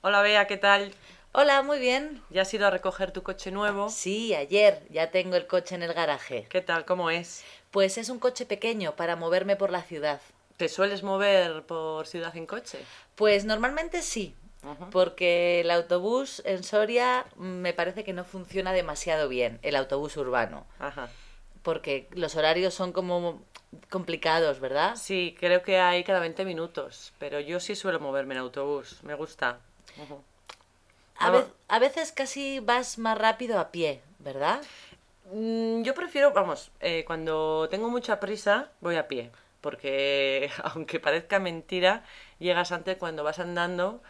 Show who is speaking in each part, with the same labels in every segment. Speaker 1: Hola Bea, ¿qué tal?
Speaker 2: Hola, muy bien.
Speaker 1: ¿Ya has ido a recoger tu coche nuevo?
Speaker 2: Sí, ayer ya tengo el coche en el garaje.
Speaker 1: ¿Qué tal? ¿Cómo es?
Speaker 2: Pues es un coche pequeño para moverme por la ciudad.
Speaker 1: ¿Te sueles mover por ciudad en coche?
Speaker 2: Pues normalmente sí,
Speaker 1: Ujú.
Speaker 2: porque el autobús en Soria mm, me parece que no funciona demasiado bien, el autobús urbano,
Speaker 1: Ajá.
Speaker 2: porque los horarios son como complicados, ¿verdad?
Speaker 1: Sí, creo que hay cada 20 minutos, pero yo sí suelo moverme en autobús, me gusta. Ujú.
Speaker 2: A,
Speaker 1: No.
Speaker 2: vez- a veces casi vas más rápido a pie, ¿verdad?
Speaker 1: Mm, Yo prefiero, vamos, eh, cuando tengo mucha prisa, voy a pie. Porque, aunque parezca mentira, llegas antes cuando vas andando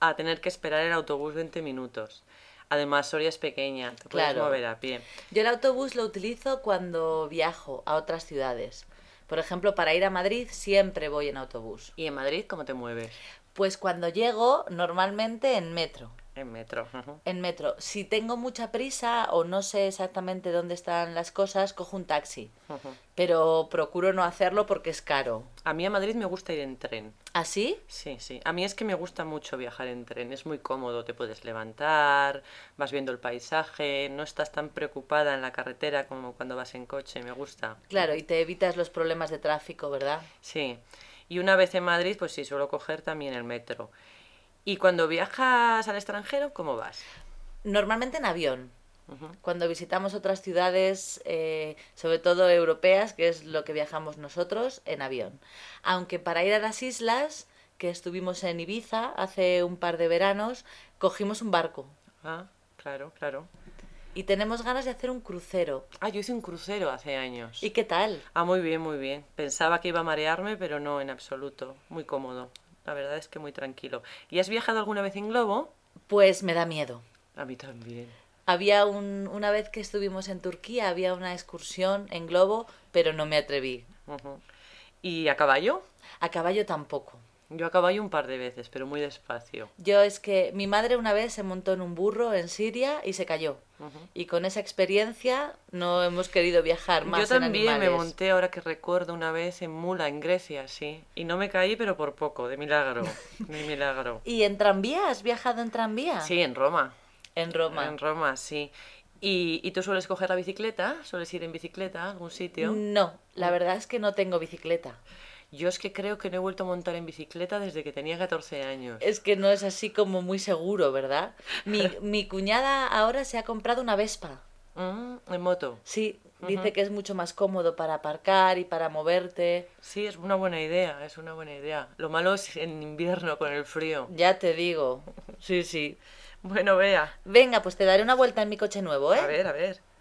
Speaker 1: a tener que esperar el autobús 20 minutos. Además, Soria es pequeña, te puedes
Speaker 2: Claro.
Speaker 1: mover a pie.
Speaker 2: Yo el autobús lo utilizo cuando viajo a otras ciudades. Por ejemplo, para ir a Madrid siempre voy en autobús.
Speaker 1: ¿Y en Madrid cómo te mueves?
Speaker 2: Pues cuando llego, normalmente en metro.
Speaker 1: En metro. ujú.
Speaker 2: En metro. Si tengo mucha prisa o no sé exactamente dónde están las cosas, cojo un taxi.
Speaker 1: Ujú.
Speaker 2: Pero procuro no hacerlo porque es caro.
Speaker 1: A mí a Madrid me gusta ir en tren.
Speaker 2: ¿Así?
Speaker 1: Sí, sí. A mí es que me gusta mucho viajar en tren. Es muy cómodo, te puedes levantar, vas viendo el paisaje, no estás tan preocupada en la carretera como cuando vas en coche. Me gusta.
Speaker 2: Claro, y te evitas los problemas de tráfico, ¿verdad?
Speaker 1: Sí, y una vez en Madrid, pues sí, suelo coger también el metro. ¿Y cuando viajas al extranjero, cómo vas?
Speaker 2: Normalmente en avión.
Speaker 1: Ujú.
Speaker 2: Cuando visitamos otras ciudades, eh, sobre todo europeas, que es lo que viajamos nosotros, en avión. Aunque para ir a las islas, que estuvimos en Ibiza hace un par de veranos, cogimos un barco.
Speaker 1: Ah, claro, claro.
Speaker 2: Y tenemos ganas de hacer un crucero.
Speaker 1: Ah, yo hice un crucero hace años.
Speaker 2: ¿Y qué tal?
Speaker 1: Ah, muy bien, muy bien. Pensaba que iba a marearme, pero no, en absoluto. Muy cómodo. La verdad es que muy tranquilo. ¿Y has viajado alguna vez en globo?
Speaker 2: Pues me da miedo.
Speaker 1: A mí también.
Speaker 2: Había un, una vez que estuvimos en Turquía, había una excursión en globo, pero no me atreví.
Speaker 1: Ujú. ¿Y a caballo?
Speaker 2: A caballo tampoco.
Speaker 1: Yo a caballo un par de veces, pero muy despacio.
Speaker 2: Yo es que mi madre una vez se montó en un burro en Siria y se cayó. Y con esa experiencia no hemos querido viajar más
Speaker 1: Yo también
Speaker 2: en
Speaker 1: me
Speaker 2: animales.
Speaker 1: monté, ahora que recuerdo, una vez en Mula, en Grecia, sí. Y no me caí, pero por poco, de milagro. De milagro.
Speaker 2: ¿Y en tranvía? ¿Has viajado en tranvía?
Speaker 1: Sí, en Roma.
Speaker 2: En Ah. Roma.
Speaker 1: En Roma, sí. ¿Y, y tú sueles coger la bicicleta? ¿Sueles ir en bicicleta a algún sitio?
Speaker 2: No, la verdad es que no tengo bicicleta.
Speaker 1: Yo es que creo que no he vuelto a montar en bicicleta desde que tenía 14 años.
Speaker 2: Es que no es así como muy seguro, ¿verdad? Mi, mi cuñada ahora se ha comprado una Vespa.
Speaker 1: Mm, en moto.
Speaker 2: Sí, dice que es mucho más cómodo para aparcar y para moverte.
Speaker 1: Sí, es una buena idea, es una buena idea. Lo malo es en invierno con el frío.
Speaker 2: Ya te digo. Sí, sí.
Speaker 1: Bueno, vea.
Speaker 2: Venga, pues te daré una vuelta en mi coche nuevo, ¿eh?
Speaker 1: A ver, a ver.